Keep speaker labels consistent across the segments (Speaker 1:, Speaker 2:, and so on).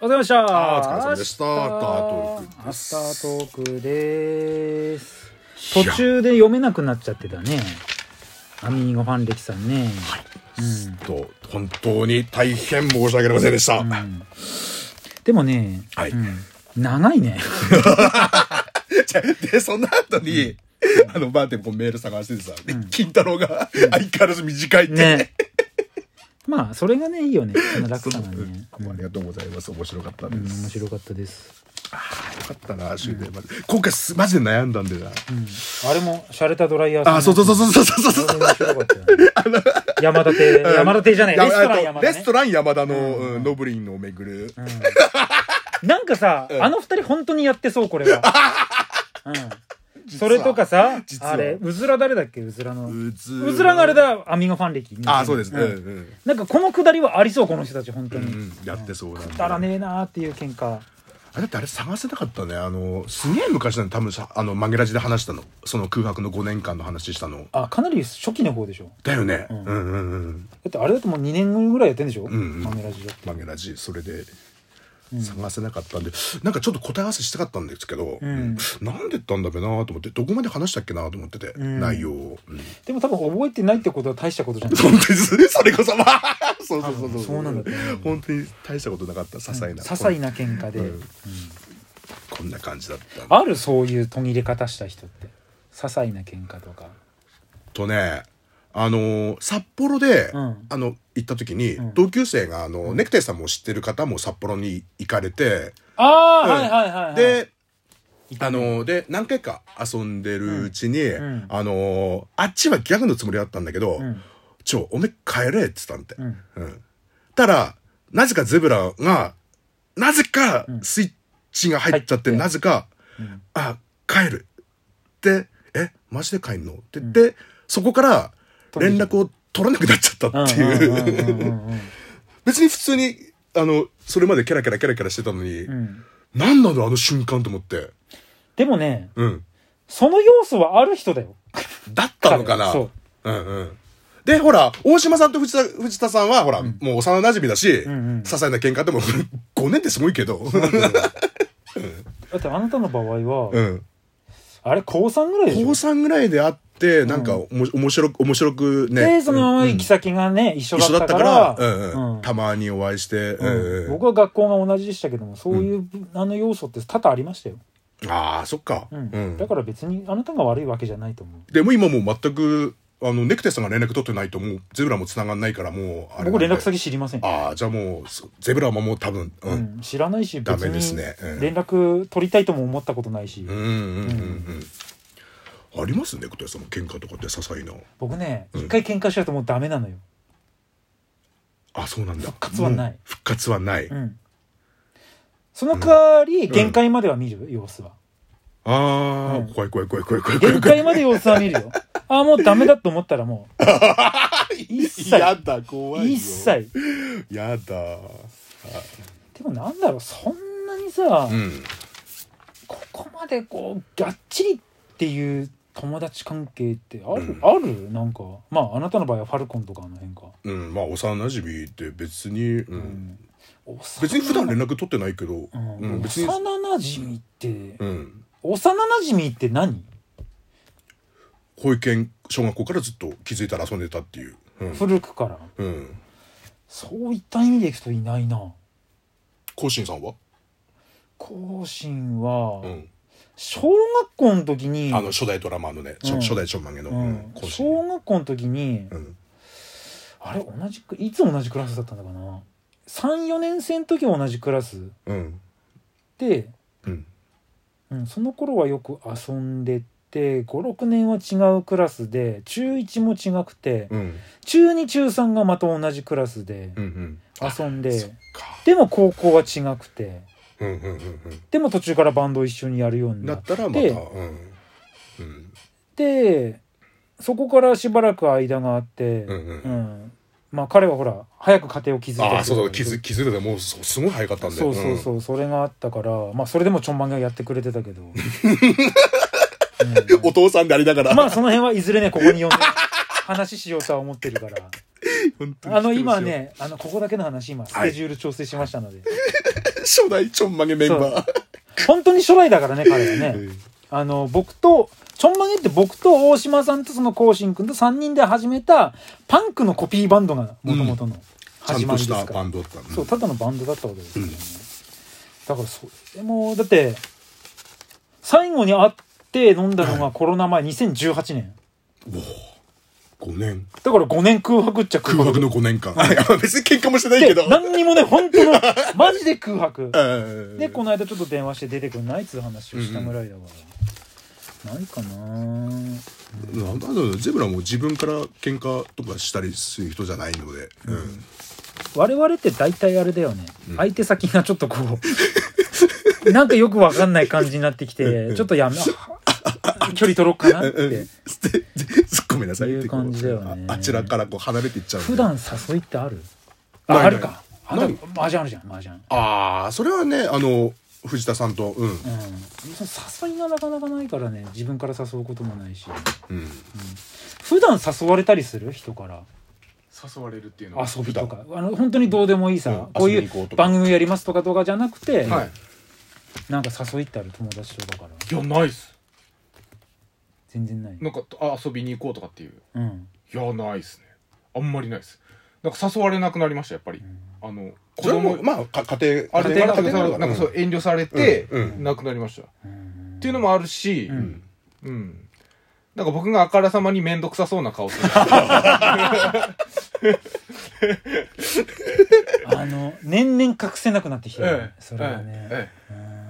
Speaker 1: お疲れ様でした
Speaker 2: あーお疲れ様でした
Speaker 1: 明日
Speaker 2: アフター
Speaker 1: アフタートークです
Speaker 2: い
Speaker 1: 途
Speaker 2: や
Speaker 1: 中で読めなくなっちゃってたねアミーゴファン歴さんね、
Speaker 2: と本当に大変申し訳ありませんでした、
Speaker 1: でもね、
Speaker 2: はい
Speaker 1: うん、長いね
Speaker 2: じゃ でその後に、あのバーテンこうメール探しててさ、で金太郎が相変わらず短いって、
Speaker 1: ね まあそれがねいいよねその楽さが
Speaker 2: う
Speaker 1: ね
Speaker 2: ん、ありがとうございます面白かったで
Speaker 1: うん、
Speaker 2: す、
Speaker 1: 面白かったです、
Speaker 2: よかったな終電まで、今回すマジで悩んだんでな、
Speaker 1: うん、あれも洒落たドライヤー
Speaker 2: あそうそうそう
Speaker 1: う
Speaker 2: そうそうそうそう
Speaker 1: 面白かったよ ね山田亭山田亭じゃないレストラン山田、ね、
Speaker 2: レストラン山田の、うんノブリンを巡る、
Speaker 1: なんかさ、
Speaker 2: うん
Speaker 1: あの二人本当にやってそうこれ は、うん、
Speaker 2: 実
Speaker 1: そ
Speaker 2: は
Speaker 1: れとかさ
Speaker 2: 実は
Speaker 1: あれうずら誰だっけうずらのう
Speaker 2: うず
Speaker 1: ずらがあれだアミゴファン歴
Speaker 2: あそうです、うん
Speaker 1: ん
Speaker 2: うん
Speaker 1: なんかこのくだりはありそうこの人たち本当に、
Speaker 2: うんやってそうなんだよ
Speaker 1: だらねえなーっていう喧嘩
Speaker 2: あれだってあれ探せなかったねあのすげえ昔なんで多分さあのマゲラジで話したのその空白の5年間の話したの
Speaker 1: あかなり初期の方でしょ
Speaker 2: だよね、うん、うんうんうん
Speaker 1: だってあれだともう2年ぐらいやってんでしょ、うん
Speaker 2: うん
Speaker 1: アメラジオ
Speaker 2: マゲラジそれで探せなかったんで、なんかちょっと答え合わせしたかったんですけど、
Speaker 1: ん
Speaker 2: なんで言ったんだべなと思ってどこまで話したっけなと思ってて、
Speaker 1: ん
Speaker 2: 内容を、うん、
Speaker 1: でも多分覚えてないってことは大したことじゃない
Speaker 2: 本当ですねそれこそ まあそうそうそうそう
Speaker 1: そうなんだと思う
Speaker 2: 本当に大したことなかった些細な、
Speaker 1: 些細な喧嘩で、
Speaker 2: うんこんな感じだったんで
Speaker 1: あるそういう途切れ方した人って些細な喧嘩とか
Speaker 2: とねあのー札幌で、
Speaker 1: うん
Speaker 2: あの行った時に、
Speaker 1: ん
Speaker 2: 同級生があの、ネクタイさんも知ってる方も札幌に行かれて、
Speaker 1: ああ、はいはいはい、はい、
Speaker 2: で、あのーで何回か遊んでるうちに、
Speaker 1: ん
Speaker 2: あのーあっちはギャグのつもりだったんだけど「
Speaker 1: ん
Speaker 2: ちょおめえ帰れ」っつったんて、
Speaker 1: うん
Speaker 2: うんたらなぜかゼブラがなぜかスイッチが入っちゃって、
Speaker 1: 入って
Speaker 2: なぜか
Speaker 1: うん
Speaker 2: 「あ帰る」って「えマジで帰んの?」って言って、そこから連絡を取らなくなっちゃったっていう別に普通にあのそれまでキャラキャラキャラキャラしてたのに、
Speaker 1: うん
Speaker 2: 何なんだあの瞬間と思って
Speaker 1: でもね
Speaker 2: うん
Speaker 1: その要素はある人だよ
Speaker 2: だったのかな
Speaker 1: そう
Speaker 2: うんうんでほら大島さんと藤田藤田さんはほら、もう幼馴染だし、
Speaker 1: んうん
Speaker 2: 些細な喧嘩でも 5年ってすごいけど
Speaker 1: だってあなたの場合は、
Speaker 2: うん
Speaker 1: あれ高3ぐらいでし
Speaker 2: 高
Speaker 1: ょ
Speaker 2: 3ぐらいで会ってなんかおも、面白く面白くね
Speaker 1: でその行き先がね、一緒
Speaker 2: 一緒
Speaker 1: だっ
Speaker 2: だ
Speaker 1: た
Speaker 2: った
Speaker 1: から、
Speaker 2: からうんうん
Speaker 1: うん
Speaker 2: たまにお会いして、うんうん
Speaker 1: 僕は学校が同じでしたけどもそういう、あの要素って多々ありましたよ、
Speaker 2: ああそっか、
Speaker 1: う
Speaker 2: うんん
Speaker 1: だから別にあなたが悪いわけじゃないと思う
Speaker 2: でも今もう全くあのネクテスさんが連絡取ってないともうゼブラも繋がんないからもうあれなん
Speaker 1: 僕
Speaker 2: で
Speaker 1: 連絡先知りません、
Speaker 2: ああじゃあもうそゼブラももう多分うん、
Speaker 1: うん知らないし
Speaker 2: ダ
Speaker 1: 別
Speaker 2: メです
Speaker 1: に
Speaker 2: ねうん
Speaker 1: 連絡取りたいとも思ったことないし、
Speaker 2: うんうんうんうんありますね、ことやさんの喧嘩とかって些細な。
Speaker 1: 僕ね
Speaker 2: うん
Speaker 1: 一回喧嘩しちゃうともうダメなのよ、
Speaker 2: あ、そうなんだ。復
Speaker 1: 活はない
Speaker 2: 復活はない。
Speaker 1: うん、その代わり限界までは見るよ、様子は
Speaker 2: あ
Speaker 1: うん
Speaker 2: あ、怖い怖い怖い怖い怖い怖い
Speaker 1: 限
Speaker 2: 怖い。
Speaker 1: 界まで様子は見る よああもうダメだと思ったらもう一切
Speaker 2: やだ、怖いよ。
Speaker 1: 一。切
Speaker 2: やだ。
Speaker 1: でもなんだろうそんなにさ、
Speaker 2: うん。
Speaker 1: ここまでこうがっちりっていう友達関係ってある、
Speaker 2: うん
Speaker 1: あるなんかまああなたの場合はファルコンとかあの辺か、
Speaker 2: うん、まあ、幼馴染って別に、う。
Speaker 1: うん幼な
Speaker 2: 別に普段連絡取ってないけど、
Speaker 1: うん
Speaker 2: うん、別に。
Speaker 1: 幼馴染って、
Speaker 2: うん。
Speaker 1: 幼馴染って何、
Speaker 2: 保育園、小学校からずっと気づいたら遊んでたっていう。うん。
Speaker 1: 古くから
Speaker 2: うん。
Speaker 1: そういった意味でいくといないな
Speaker 2: コウシンさんは
Speaker 1: 後進は、
Speaker 2: うん。
Speaker 1: 小学校の時に
Speaker 2: あの、初代ドラマーのね、
Speaker 1: うん
Speaker 2: 初初代ちょんまげの。
Speaker 1: うん
Speaker 2: うんコウシン
Speaker 1: 小学校の時に、
Speaker 2: うん。
Speaker 1: あれ同じくいつ同じクラスだったんだかな34年生の時は同じクラス
Speaker 2: うん。
Speaker 1: で、
Speaker 2: うん。
Speaker 1: うん、その頃はよく遊んでて56年は違うクラスで中1も違くて、
Speaker 2: うん。
Speaker 1: 中2中3がまた同じクラスで
Speaker 2: うんうん。
Speaker 1: 遊んで、
Speaker 2: そっか。
Speaker 1: でも高校は違くて
Speaker 2: うんうんうん
Speaker 1: でも途中からバンドを一緒にやるよう
Speaker 2: う
Speaker 1: に
Speaker 2: ん。
Speaker 1: な
Speaker 2: だ
Speaker 1: っ
Speaker 2: ってたらまた、うん。うん。
Speaker 1: でそこからしばらく間があって、
Speaker 2: うんうん
Speaker 1: うんまあ彼はほら早く家庭を築いたり
Speaker 2: ああ、そうそう、
Speaker 1: す
Speaker 2: 気
Speaker 1: る
Speaker 2: づ、気づいてた。もう、そうすごい早かったんだ
Speaker 1: そ
Speaker 2: よ。
Speaker 1: うそうそう、それがあったからまあそれでもちょんまげはやってくれてたけど、うん
Speaker 2: うんお父さんでありながら。
Speaker 1: まあその辺はいずれねここに呼んで話しようとは思ってる から
Speaker 2: 本当に
Speaker 1: あの
Speaker 2: 来てます
Speaker 1: 今。
Speaker 2: よ
Speaker 1: ねあのここだけの話今スケジュール調整しましたので、
Speaker 2: 初代ちょんまげメンバー。
Speaker 1: 本当に初代だからね彼はね、
Speaker 2: うん
Speaker 1: あの僕とちょんまげって僕と大島さんとそのこうしんくんと3人で始めたパンクのコピーバンドがもともとの
Speaker 2: ちゃ
Speaker 1: 始
Speaker 2: ん
Speaker 1: ま
Speaker 2: と
Speaker 1: り
Speaker 2: し
Speaker 1: です
Speaker 2: た
Speaker 1: か
Speaker 2: バ
Speaker 1: ら、
Speaker 2: ンドだったのね
Speaker 1: そうただのバンドだったわけですよね、だからそれもだって最後に会って飲んだのがコロナ前2018年
Speaker 2: 5年。
Speaker 1: だから5年空白っちゃ空
Speaker 2: 空
Speaker 1: 白
Speaker 2: 白の5年間。はいあ別に喧嘩もしてないけ
Speaker 1: で
Speaker 2: ど。
Speaker 1: 何にもね本 当のマジで空白
Speaker 2: うん
Speaker 1: でこの間ちょっと電話して出てくんないっつう話をしたぐらいだから、ないかな
Speaker 2: なんだろうゼブラも自分から喧嘩とかしたりする人じゃないので、うん
Speaker 1: 我々って大体あれだよね、相手先がちょっとこうなんかよくわかんない感じになってきてちょっと やめあ距離取ろうかなっ
Speaker 2: うんで
Speaker 1: て
Speaker 2: ごめんなさいってこう
Speaker 1: いう感じだよね
Speaker 2: ああちらからこう離れていっちゃうんで
Speaker 1: 普段誘いってある
Speaker 2: な
Speaker 1: あ
Speaker 2: いない
Speaker 1: あるかあ
Speaker 2: ない
Speaker 1: る麻雀あるじゃん麻雀
Speaker 2: ああそれはねあの藤田さんとうん、うん
Speaker 1: うんその誘いがなかなかないからね自分から誘うこともないし普段誘われたりする人から
Speaker 3: 誘われるっていうのは
Speaker 1: 遊びとかあの本当にどうでもいいさ、
Speaker 2: うん
Speaker 1: こうい
Speaker 2: 遊びに行こう
Speaker 1: う
Speaker 2: とか
Speaker 1: 番組やりますとかとかじゃなくて、
Speaker 2: はい
Speaker 1: なんか誘いってある友達とかから
Speaker 3: いやないっす
Speaker 1: 全然ない、
Speaker 3: なんかあ遊びに行こうとかっていう
Speaker 1: うん、
Speaker 3: いやないっすねあんまりないっすなんか誘われなくなりましたやっぱり、あの子
Speaker 2: それも
Speaker 3: 供
Speaker 2: まあか家庭
Speaker 3: ある程度
Speaker 2: 家庭
Speaker 3: なんかそう遠慮されて、
Speaker 2: うんうん
Speaker 3: なくなりました、
Speaker 1: ん
Speaker 3: っていうのもあるしうんん、なんか僕があからさまに面倒くさそうな顔する
Speaker 1: あの年々隠せなくなってきてる、それはね、
Speaker 3: ええ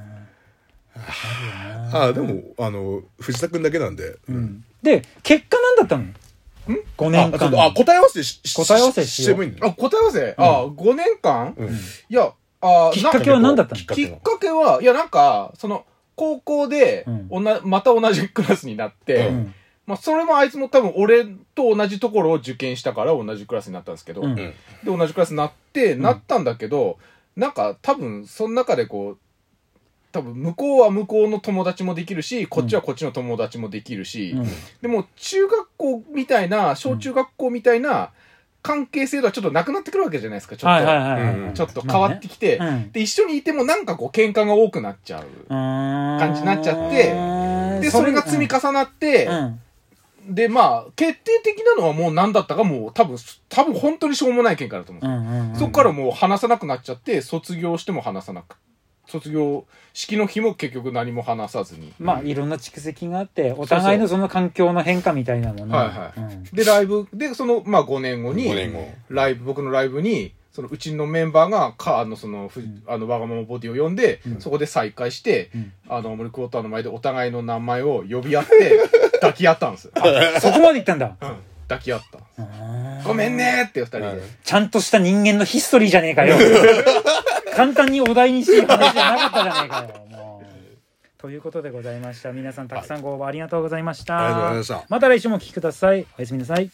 Speaker 2: ああでもあの藤田君だけなんで、
Speaker 1: うん、で結果何だったのん5
Speaker 2: あ
Speaker 1: 年
Speaker 2: ちょっ
Speaker 1: 間
Speaker 2: とあ答え合わせしし
Speaker 1: 答え合わせしよう
Speaker 2: してもいいん
Speaker 3: ええ
Speaker 2: だ
Speaker 3: あ答え合わせ、あ5年間、
Speaker 2: うん
Speaker 3: いやあ
Speaker 1: きっかけは何だったの
Speaker 2: きっか
Speaker 3: き
Speaker 2: け
Speaker 3: っかけはいやなんかその高校で、
Speaker 1: うん
Speaker 3: おなまた同じクラスになって、
Speaker 2: う
Speaker 1: うん
Speaker 3: まあ、それもあいつも多分俺と同じところを受験したから同じクラスになったんですけど、
Speaker 1: うん
Speaker 3: で
Speaker 2: ん
Speaker 3: 同じクラスになって、なったんだけどなんか多分その中でこう多分向こうは向こうの友達もできるしこっちはこっちの友達もできるし、
Speaker 1: うん
Speaker 3: でも中学校みたいな小中学校みたいな関係性とはちょっとなくなってくるわけじゃないですかちょっ
Speaker 1: はい
Speaker 3: と,、
Speaker 1: はいはいはい、
Speaker 2: うん
Speaker 3: ちょっと変わってきて、
Speaker 1: まあねうん
Speaker 3: で一緒にいてもなんかこう喧嘩が多くなっちゃう。
Speaker 1: 感
Speaker 3: 感じになっちゃってでそれが積み重なって、
Speaker 1: うん
Speaker 3: で、まあ、決定的なのはもう何だったかもう多分、多分本当にしょうもない喧嘩だと思う
Speaker 1: う。んうんうん
Speaker 3: そこからもう話さなくなっちゃって、卒業しても話さなく。卒業式の日も結局何も話さずに。
Speaker 1: まあいろんな蓄積があってお互いのその環境の変化みたいなもの
Speaker 3: はいはい
Speaker 1: うん
Speaker 3: で、ライブ、で、その、まあ5年後に、
Speaker 2: 5年後
Speaker 3: ライブ、僕のライブに、そのうちのメンバーが、か、あの、その、ふあの、わがままボディを呼んで、そこで再会して、
Speaker 1: ん
Speaker 3: あの、森クォーターの前でお互いの名前を呼び合って、抱き合ったんですよ。あ
Speaker 1: そこまで行ったん だ
Speaker 3: うん抱き合った。
Speaker 1: あー
Speaker 3: ごめんねーって二人で。
Speaker 1: ちゃんとした人間のヒストリーじゃねえ かよ簡単にお題にしてる話じゃなかったじゃねえかよもうということでございました皆さんたくさんご応募ありがとうございました
Speaker 2: ありがとうございました
Speaker 1: また来週もお聞きくださいおやすみなさい